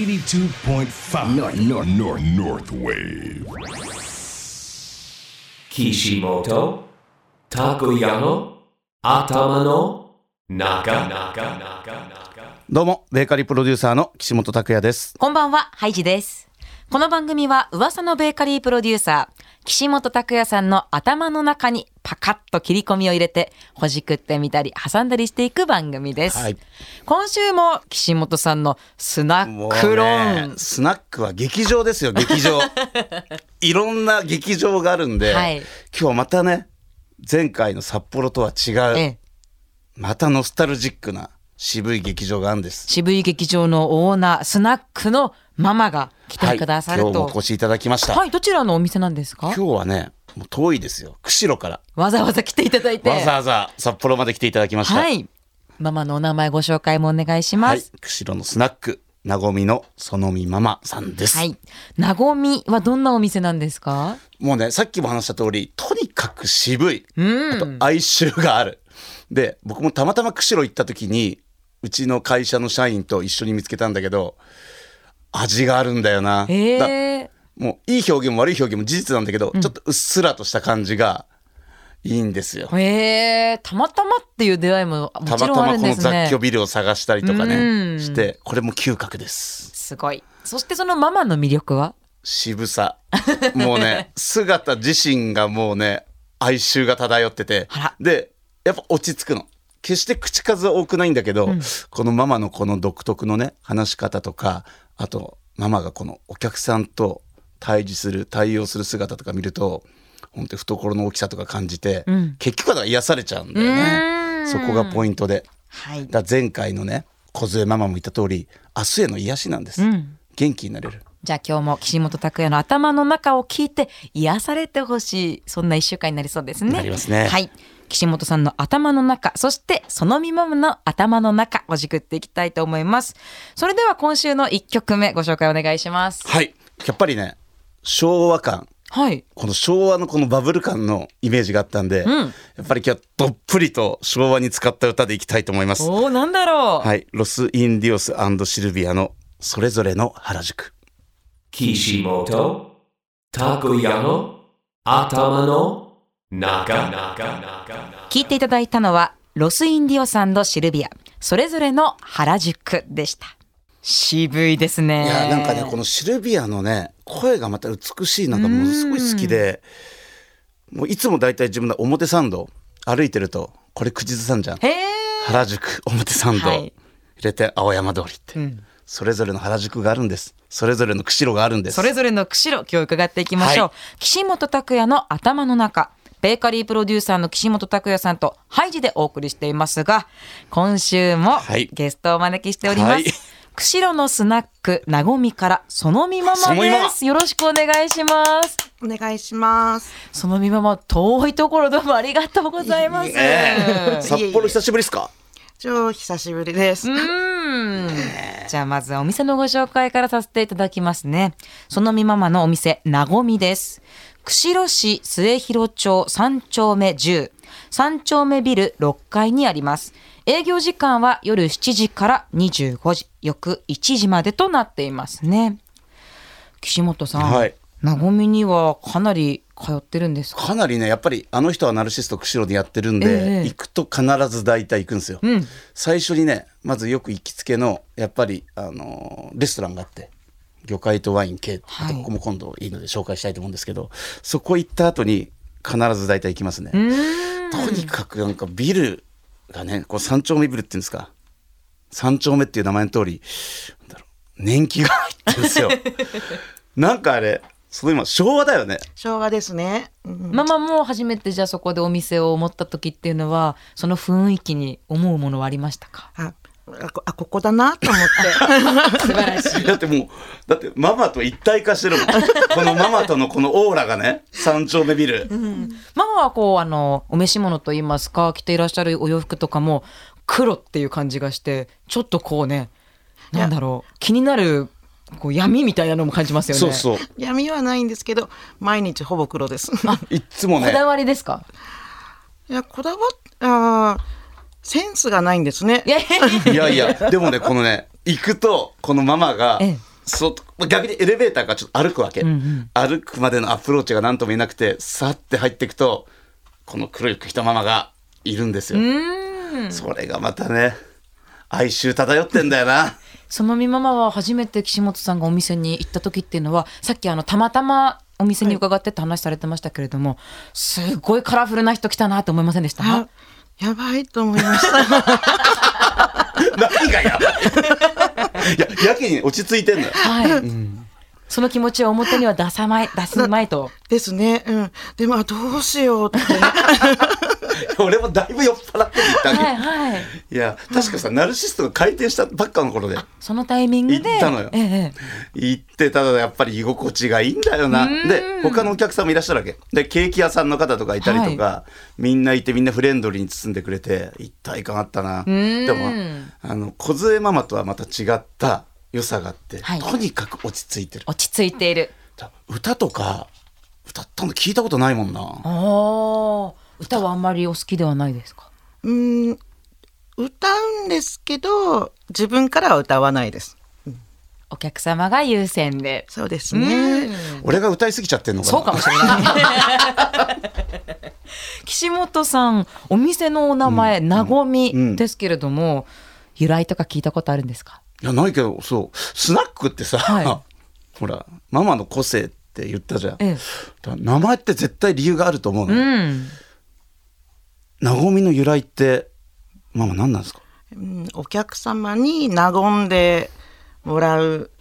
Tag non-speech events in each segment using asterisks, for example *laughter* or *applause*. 82.5 North, North, North, North Wave. 岸本たこやの頭の中どうも、ベーカリープロデューサーの岸本拓也です。こんばんは、ハイジです。この番組は噂のベーカリープロデューサー、岸本拓也さんの頭の中にパカッと切り込みを入れて、ほじくってみたり、挟んだりしていく番組です。はい今週も岸本さんのスナもうッねクローン。スナックは劇場ですよ、劇 *laughs* 場。いろんな劇場があるんで、はい今日はまたね、前回の札幌とは違う、ええまたノスタルジックな渋い劇場があるんです。渋い劇場のオーナー、スナックのママが来てくださるはい、今と。日もおは越しいただきましい、た。どちらのお店なんですか今日はね、もう遠いですよ、釧路から。わざわざ来ていただいて。わざわざ札幌まで来ていただきました。はい。ママのお名前ご紹介もお願いしはまいす。釧路のスナック、なごみのそのみママさんです。はい。なごみはどんなお店なんですかもうね、さっきも話した通り、とにかく渋い。うんあと哀愁がある。で、僕もたまたま釧路行った時に、うちの会社の社員と一緒に見つけたんだけど、味があるんだよな。えだえもういい表現も悪い表現も事実なんだけど、ちょっとうっすらとした感じがいいんですよ。ええたまたまっていう出会いももたちまたろんあまるんこのですね雑居。ビルを探したりとかうね、んして、これも嗅覚です。すごい。そしてそのママの魅力は渋さ。もう *laughs* ね、姿自身がもうね、哀愁が漂っててあら。で、やっぱ落ち着くの。決して口数は多くないんだけど、このママのこの独特のね、話し方とか、あと、ママがこのお客さんと対峙する、対応する姿とか見ると、本当に懐の大きさとか感じて、ん結局はだから癒されちゃうんだようね。んそこがポイントで。はい。だから前回のね、小杖ママも言った通り、明日への癒しなんです。うん元気になれる。じゃあ今日も岸本拓也の頭の中を聞いて癒されてほしいそんな一週間になりそうですね。なりますねはい。岸本さんの頭の中そしてそのみままの頭の中ほじくっていきたいと思います。それでは今週の一曲目ご紹介お願いします。はい。やっぱりね、昭和感。はい。この昭和のこのバブル感のイメージがあったんで、やっぱり今日はどっぷりと昭和に使った歌でいきたいと思います。おおなんだろう。はい。ロス・インディオスシルビアのそれぞれの原宿。岸本たこやの頭の中聞いていただいたのはロス・インディオさんとシルビアそれぞれの原宿でした渋いですねいや、なんかね、このシルビアのね、声がまた美しい、なんかものすごい好きで、もういつも大体自分の表参道歩いてると、これ口ずさんじゃん。へえ原宿、表参道、はい入れて青山通りって、それぞれの原宿があるんです。それぞれの釧路があるんです。それぞれの釧路今日伺っていきましょう、は岸本拓也の頭の中ベーカリープロデューサーの岸本拓也さんとハイジでお送りしていますが今週もはいゲストをお招きしております、はい釧路のスナックなごみからそのみまそまのみまでますよろしくお願いしますお願いします。そのみまま遠いところどうもありがとうございます。ええいえ札幌久しぶりですか超久しぶりです。うんじゃあまずはお店のご紹介からさせていただきますね。そのみママのお店、なごみです。釧路市末広町3丁目10、3丁目ビル6階にあります。営業時間は夜7時から25時、翌1時までとなっていますね。岸本さん、はいなごみにはかなり通ってるんですかかなりねやっぱりあの人はナルシスト釧路でやってるんで、ええ行くと必ず大体行くんですよ、最初にねまずよく行きつけのやっぱり、あのーレストランがあって魚介とワイン系、あとはこいこも今度いいので紹介したいと思うんですけどそこ行った後に必ず大体行きますねとにかくなんかビルがねこう三丁目ビルっていうんですか三丁目っていう名前の通りなんだろう年季が入ってるんです *laughs* よなんかあれその今昭和だよね昭和ですね。うんママも初めてじゃあそこでお店を持った時っていうのはその雰囲気に思うものはありましたかあ、あこあここだなと思って。素晴らし *laughs* いだってもうだってママと一体化して *laughs* るもんこのママとのこのオーラがね三丁目ビル、ママはこうあのお召し物といいますか着ていらっしゃるお洋服とかも黒っていう感じがしてちょっとこうねなんだろう気になるこう闇みたいなのも感じますよねそうそう闇はないんですけど、毎日ほぼ黒です。いっつもこねだわりですか *laughs* いや、こだわっ、あーセンスがないんですねい。やいやいやいやいやでもねこのね行くとこのママが、ええそ逆にエレベーターがちょっと歩くわけ、歩くまでのアプローチが何ともいなくてさって入っていくとこの黒い服着たママがいるんですよ、それがまたね哀愁漂ってんだよな *laughs* そのみママは初めて岸本さんがお店に行った時っていうのはさっきあのたまたまお店に伺ってって話されてましたけれども、すごいカラフルな人来たなと思いませんでしたあやばいと思いました。何がや *laughs* ばいいややけに落ち着いてんだよはい、その気持ちを表には出さまい出すまいとですね。うん。でも、あどうしようって、ね。 *laughs* 俺もだいぶ酔っ払って行ったわけ、はいはいいや確かさナルシストが開店したばっかの頃でそのタイミングで行ったのよええ行ってただやっぱり居心地がいいんだよなで他のお客さんもいらっしゃるわけでケーキ屋さんの方とかいたりとか、みんないてみんなフレンドリーに包んでくれて一体感あったなでもあの梢ママとはまた違った良さがあって、はいとにかく落ち着いてる落ち着いているだ歌とか歌ったの聞いたことないもんなお歌はあんまりお好きではないですかうん。歌うんですけど、自分からは歌わないです。お客様が優先でそうですね。俺が歌いすぎちゃってんのかなそうかもしれない。 *laughs* 岸本さん、お店のお名前、なごみですけれども、由来とか聞いたことあるんですか。いやないけどそうスナックってさ、は *laughs* ほらママの個性って言ったじゃん、ええだから名前って絶対理由があると思うのうよ、ん、なごみの由来ってママ何なんですかうん、お客様に和んでもらう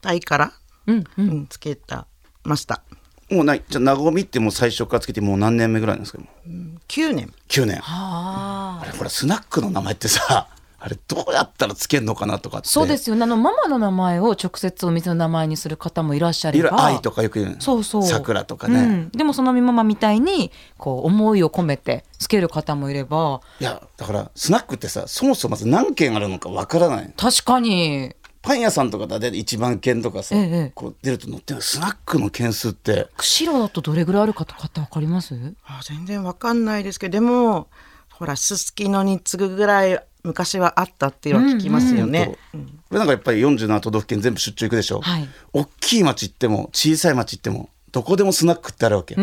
たいから、うん、う、うんん、つけたました。もうないじゃあなごみってもう最初からつけてもう何年目ぐらいなんですか今9年。 9年あああ。れほらスナックの名前ってさあれどうやったらつけんのかなとかってそうですすよね。あのママの名前を直接お店の名前にする方もいらっしゃいれろいば。ろ愛とかよく言うのよそうそう。桜とかね、うんでもそのみママみたいに、こう思いを込めてつける方もいれば。いやだからスナックってさそもそもまず何軒あるのかわからない確かに。パン屋さんとかだで一番券とかさ、ええこう出ると載ってるスナックの件数って釧路だとどれぐらいあるかとかってわかります。あ全然わかんないですけどでもほらすすきのに次ぐぐらい昔はあったっては聞きますよね。これなんかやっぱり47都道府県全部出張行くでしょ、はい大きい町行っても小さい町行ってもどこでもスナックってあるわけ、う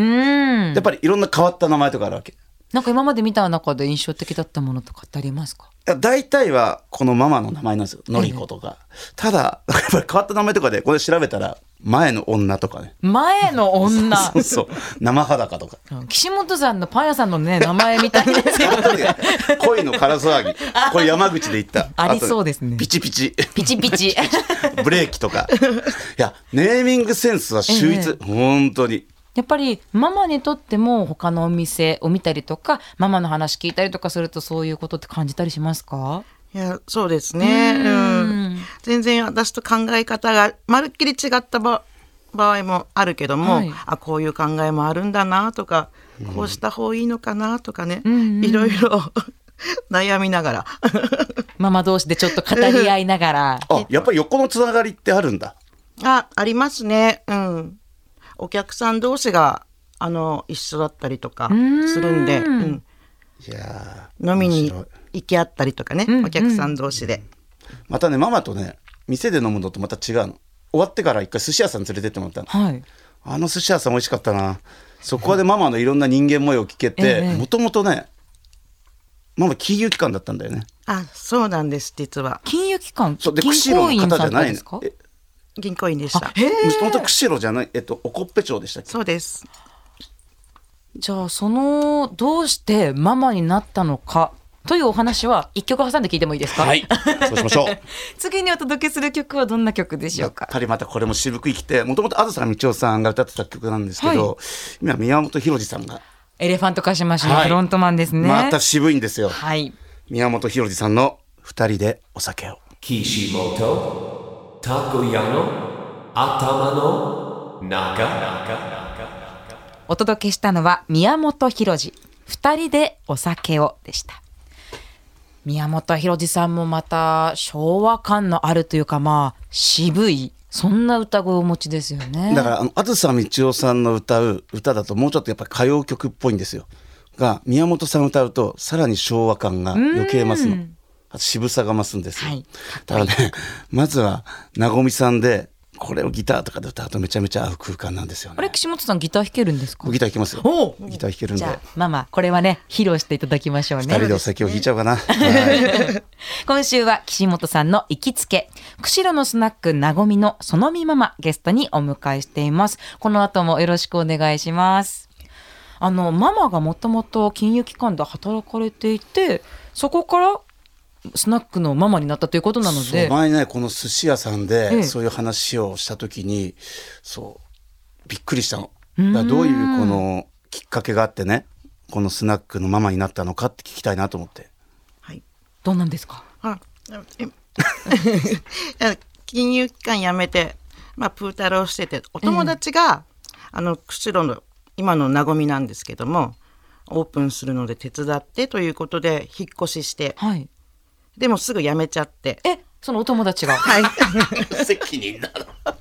やんっ。ぱりいろんな変わった名前とかあるわけいなんか今まで見た中で印象的だったものとかってありますか。や大体はこのママの名前なんですよのりことか、ただやっぱり変わった名前とかでこれ調べたら前の女とかね前の *laughs* 女。そうそう生裸 *laughs* とか岸本さんのパン屋さんのね、名前み *laughs* たいですよ。恋の空騒ぎこれ山口で行ったありそうですねあとピチピチピチピチ。 *laughs* ブレーキとか。いや、ネーミングセンスは秀逸。本当に。 *laughs* やっぱりママにとっても他のお店を見たりとかママの話聞いたりとかするとそういうことって感じたりしますかいやそうですね、うん全然私と考え方がまるっきり違ったば場合もあるけども、はいあこういう考えもあるんだなとかこうした方がいいのかなとかね、いろいろ *laughs* 悩みながら *laughs* ママ同士でちょっと語り合いながらあ、やっぱり横のつながりってあるんだ。あありますね、うん、お客さん同士があの一緒だったりとかするんで。うんいやー飲みに面白い行き合ったりとかね、お客さん同士で、またね、ママとね、店で飲むのとまた違うの。終わってから一回寿司屋さん連れてってもらったの。はいあの寿司屋さん美味しかったな。そこでママのいろんな人間模様を聞けて、ええもともとね、ママ金融機関だったんだよね。あそうなんです実は金融機関そうで、銀釧行路員の方じさゃんとなかいでのすか。え銀行員でしたもともと釧路じゃない、えっと、おこっぺ町でしたっけそうですじゃあそのどうしてママになったのかというお話は一曲挟んで聞いてもいいですか、はい。そうしましょう。 *laughs* 次にお届けする曲はどんな曲でしょやうっかぱりまたこれも渋く生きてもともと梓道夫さんが歌ってた曲なんですけど、今宮本浩次さんがエレファントカシマシのはいフロントマンですね。また渋いんですよ、はい。宮本浩次さんの「二人でお酒を岸本拓也の頭の中お届けしたのは宮本浩次二人でお酒をでした。宮本浩次さんもまた昭和感のあるというかまあ渋いそんな歌声をお持ちですよ」ね。だからあの梓道夫さんの歌う歌だともうちょっとやっぱり歌謡曲っぽいんですよが宮本さん歌うとさらに昭和感が余計ますのあと渋さが増すんですよ、はいだからねまずはなごみさんでこれをギターとかで歌うとめちゃめちゃ合う空間なんですよねあれ岸本さんギター弾けるんですかギター弾きますよおうギター弾けるんじでゃあママこれはね披露していただきましょう二人ねでお酒を引いちゃおうかな、はい今週は岸本さんの行きつけ釧路のスナックなごみのそのみママゲストにお迎えしていますこの後もよろしくお願いしますあのママがもともと金融機関で働かれていてそこからスナックのママになったということなのそうで前にねこの寿司屋さんええでそういう話をした時にそうびっくりしたのだからどういうこのきっかけがあってねこのスナックのママになったのかって聞きたいなと思ってはいどうなんですかあえ *laughs* 金融機関辞めて、まあ、プータローしててお友達が、あの釧路の今のなごみなんですけどもオープンするので手伝ってということで引っ越ししてはいでもすぐ辞めちゃってえそのお友達がはい *laughs* 責任だろ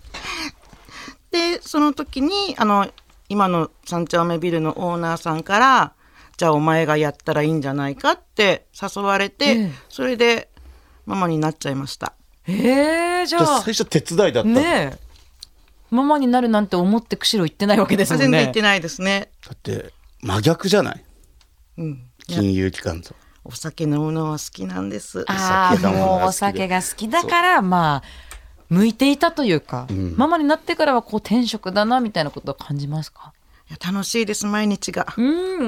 でその時にあの今の三丁目ビルのオーナーさんからじゃあお前がやったらいいんじゃないかって誘われて、ええそれでママになっちゃいましたえー、じゃあ最初手伝いだったの、ねえママになるなんて思って釧路行ってないわけですもんね全然行ってないですね、だって真逆じゃないうん、金融機関とお酒飲むのは好きなんですああ酒がもものが好きうでお酒が好きだからまあ向いていたというか、ママになってからはこう転職だなみたいなことを感じますかいや楽しいです毎日がう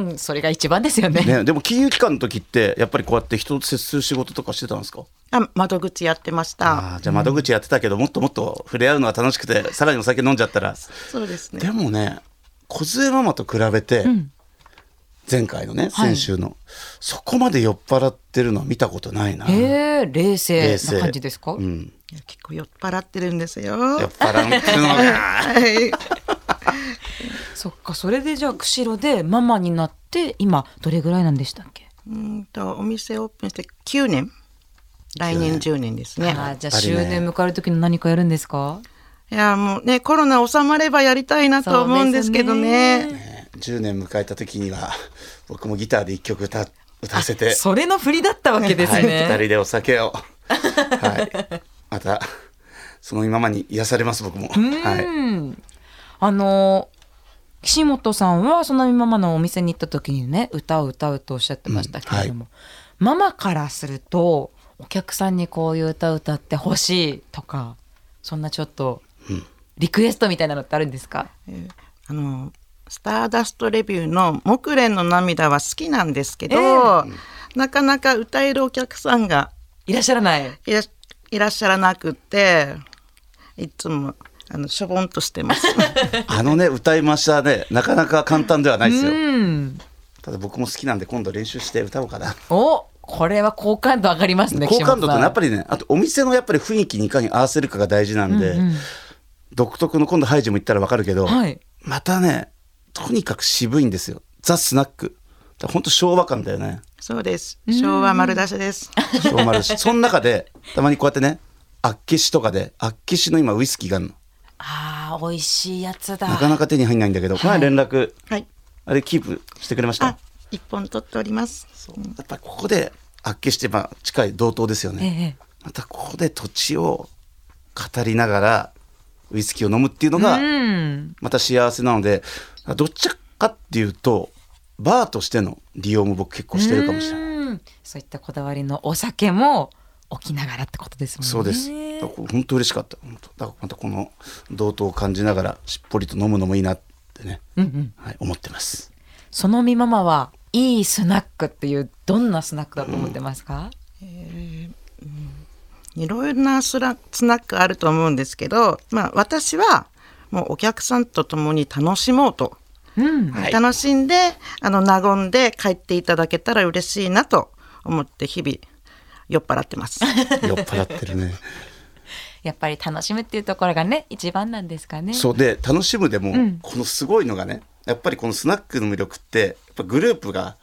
ーんそれが一番ですよねね、でも金融機関の時ってやっぱりこうやって人と接する仕事とかしてたんですかあ窓口やってましたあーじゃあ窓口やってたけど、もっともっと触れ合うのが楽しくてさらにお酒飲んじゃったらそうですねでもね小杖ママと比べて、前回のねはい先週の、そこまで酔っ払ってるのは見たことないな、えー、冷静冷な感じですか、うん、いや結構酔っ払ってるんですよ酔っ払ってるのがはいそっかそれでじゃあ釧路でママになって今どれぐらいなんでしたっけうんとお店オープンして9年来年10年ですねあーじゃあやっぱり終ね年迎える時に何かやるんですかいやもうねコロナ収まればやりたいなと思うんですけどねそうですね10年迎えた時には僕もギターで一曲歌歌わせて、それの振りだったわけですはい、ね、 2人でお酒を、はい、またその今まに癒されます僕も、はい、うんあの岸本さんはそのままのお店に行った時にね歌を歌うとおっしゃってましたけれども、ママからするとお客さんにこういう歌を歌ってほしいとかそんなちょっとリクエストみたいなのってあるんですか、えーあのスターダストレビューの「木蓮の涙」は好きなんですけど、えなかなか歌えるお客さんがいらっしゃらないいらいらっしゃらなくっていつもあのしょぼんとし *laughs* てますあのね歌いましたねなかなか簡単ではないですようんただ僕も好きなんで今度練習して歌おうかなおこれは好感度上がりますね好感度って岸本さねんやっぱりねあとお店のやっぱり雰囲気にいかに合わせるかが大事なんで、独特の今度ハイジも行ったら分かるけど、はいまたねとにかく渋いんですよザ・スナックだからほんと昭和感だよねそうです昭和丸出しです昭和 *laughs* だしその中でたまにこうやってねあっけしとかであっけしの今ウイスキーがあるのあー美味しいやつだなかなか手に入んないんだけど、この前連絡はいあれキープしてくれましたあ一本取っておりますうんやっぱりここであっけしてまあ近い同等ですよね、ええまたここで土地を語りながらウイスキーを飲むっていうのがうんまた幸せなのでどっちかっていうとバーとしての利用も僕結構してるかもしれないうんそういったこだわりのお酒も置きながらってことですもんね。そうですだから本当嬉しかった本当だからまたこの同等を感じながらしっぽりと飲むのもいいなってね、はい、思ってます *laughs* そのみママはいいスナックっていうどんなスナックだと思ってますか？いろいろなスラスナックあると思うんですけど、まあ、私はもうお客さんと共に楽しもうと、うん。はい楽しんであの和んで帰っていただけたら嬉しいなと思って日々酔っ払ってます *laughs* 酔っ払ってるねやっぱり楽しむっていうところがね一番なんですかね。そうで楽しむでも、このすごいのがねやっぱりこのスナックの魅力ってやっぱグループが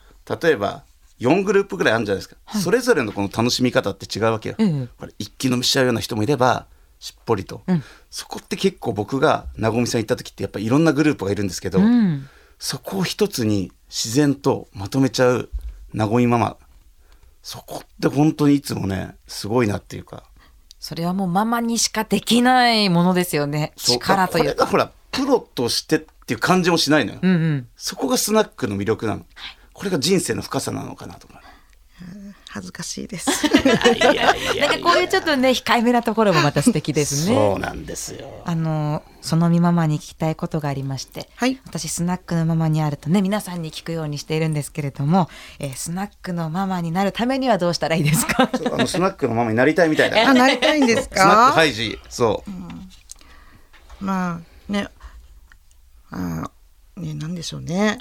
例えば4グループぐらいあるんじゃないですか、それぞれのこの楽しみ方って違うわけよ、ええこれ一気飲みしちゃうような人もいればしっぽりと、そこって結構僕がなごみさん行った時ってやっぱりいろんなグループがいるんですけど、うん。そこを一つに自然とまとめちゃうなごみママそこって本当にいつもねすごいなっていうかそれはもうママにしかできないものですよねそう力といこれうがかほらプロとしてっていう感じもしないのよ、うんうんそこがスナックの魅力なの、これが人生の深さなのかなと思う恥ずかしいです。なんかこういうちょっとね控えめなところもまた素敵ですねそうなんですよあのそのみママに聞きたいことがありまして、はい私スナックのママにあるとね皆さんに聞くようにしているんですけれども、えースナックのママになるためにはどうしたらいいですかそうあのスナックのママになりたいみたいあ、ななりたいんですスナックか。ハイジそう、まあ、ね。あー、ね、なんでしょうね。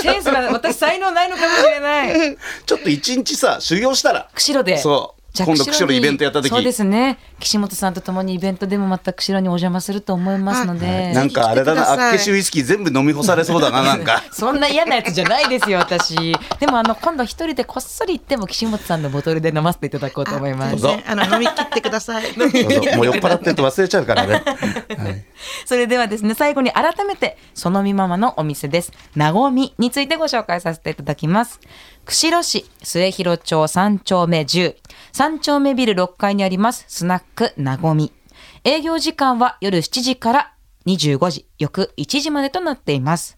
センスが私才能ないのかもしれないちょっと一日さ修行したら釧路でそうじゃあ今度釧路のイベントやった時そうですね岸本さんと共にイベントでもまた釧路にお邪魔すると思いますのでなんかあれだぜひ来てくだなさいあっけしウイスキー全部飲み干されそうだななんかそんな嫌なやつじゃないですよ私でもあの今度一人でこっそり行っても岸本さんのボトルで飲ませていただこうと思いますどうぞねあの、飲み切ってく *laughs* ださい。そうそうもう酔っ払ってると忘れちゃうからね *laughs* それではですね、最後に改めて、そのみママのお店です。なごみについてご紹介させていただきます。釧路市末広町3丁目10、3丁目ビル6階にあります、スナックなごみ。営業時間は夜7時から25時、翌1時までとなっています。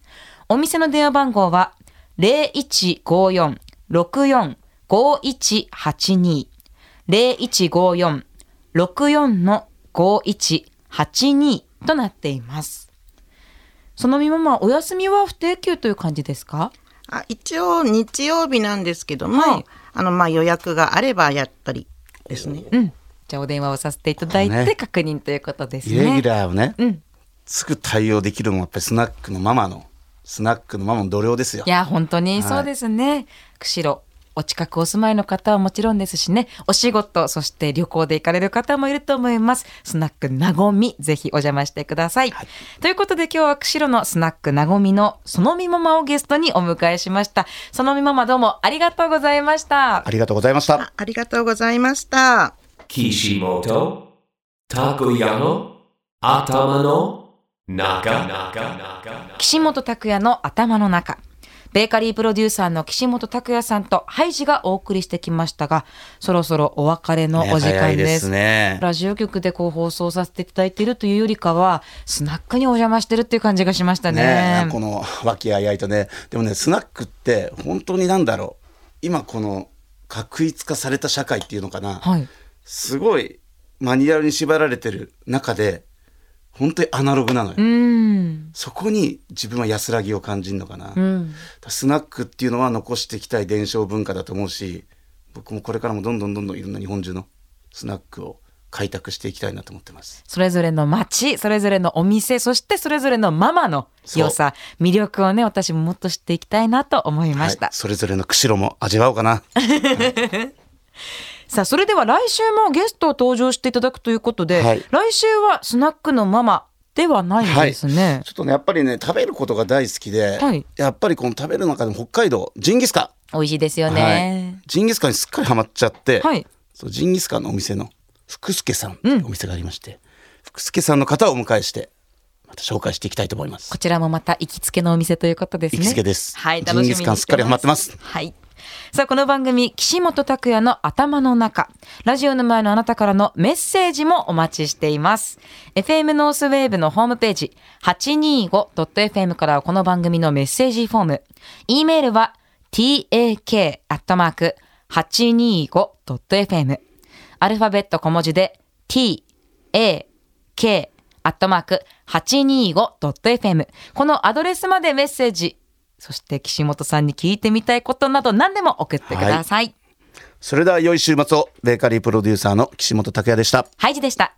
お店の電話番号は、0154-64-5182。0154-64-5182の5182となっています。そのみままお休みは不定休という感じですか？ *laughs* あ、一応日曜日なんですけども、はいあの、まあ、予約があればやったりですね。うん。じゃあお電話をさせていただいそうてね確認ということですイレギね。ュラーをね、うん。すぐ対応できるのもやっぱりスナックのママのスナックのママの度量ですよいや本当にそうですね。釧路お近くお住まいの方はもちろんですしね、お仕事そして旅行で行かれる方もいると思います。スナックなごみぜひお邪魔してください。ということで今日は釧路のスナックなごみのそのみママをゲストにお迎えしました。そのみママどうもありがとうございました。ありがとうございましたあありがとうございました。 Kishimoto Takoyano Atama no Naka Naka 岸本拓也の頭の中ベーカリープロデューサーの岸本拓也さんとハイジがお送りしてきましたがそろそろお別れのねお時早間いでです,、すねラジオ局でこう放送させていただいているというよりかはスナックにお邪魔してるっていう感じがしましたねねえこの和気あいあいとねでもねスナックって本当になんだろう今この確一化された社会っていうのかな、はいすごいマニュアルに縛られてる中で本当にアナログなのよ、うんそこに自分は安らぎを感じるのかな、うんスナックっていうのは残していきたい伝承文化だと思うし僕もこれからもどんどんどんどんいろんな日本中のスナックを開拓していきたいなと思ってますそれぞれの街それぞれのお店そしてそれぞれのママの良さ魅力をね私ももっと知っていきたいなと思いました、はい、それぞれの釧路も味わおうかなさあそれでは来週もゲストを登場していただくということで、はい来週はスナックのママではないんですね。ちょっとねやっぱりね食べることが大好きで、はいやっぱりこの食べる中でも北海道ジンギスカ美味しいですよン、ねは。い、ジンギスカンにすっかりハマっちゃって、はいそうジンギスカンのお店の福助さんっていうお店がありまして、福助さんの方をお迎えしてまた紹介していきたいと思いますこちらもまた行きつけのお店ということですね。行きつけですはい、ジンギスカンすっかりハマってますはい。さあこの番組岸本拓也の頭の中ラジオの前のあなたからのメッセージもお待ちしています FM ノースウェーブのホームページ 825.fm からはこの番組のメッセージフォーム E メールは tak.825.fm アルファベット小文字で t a k アットマーク 825.fm このアドレスまでメッセージそして岸本さんに聞いてみたいことなど何でも送ってください、それでは良い週末をベーカリープロデューサーの岸本拓也でしたハイジでした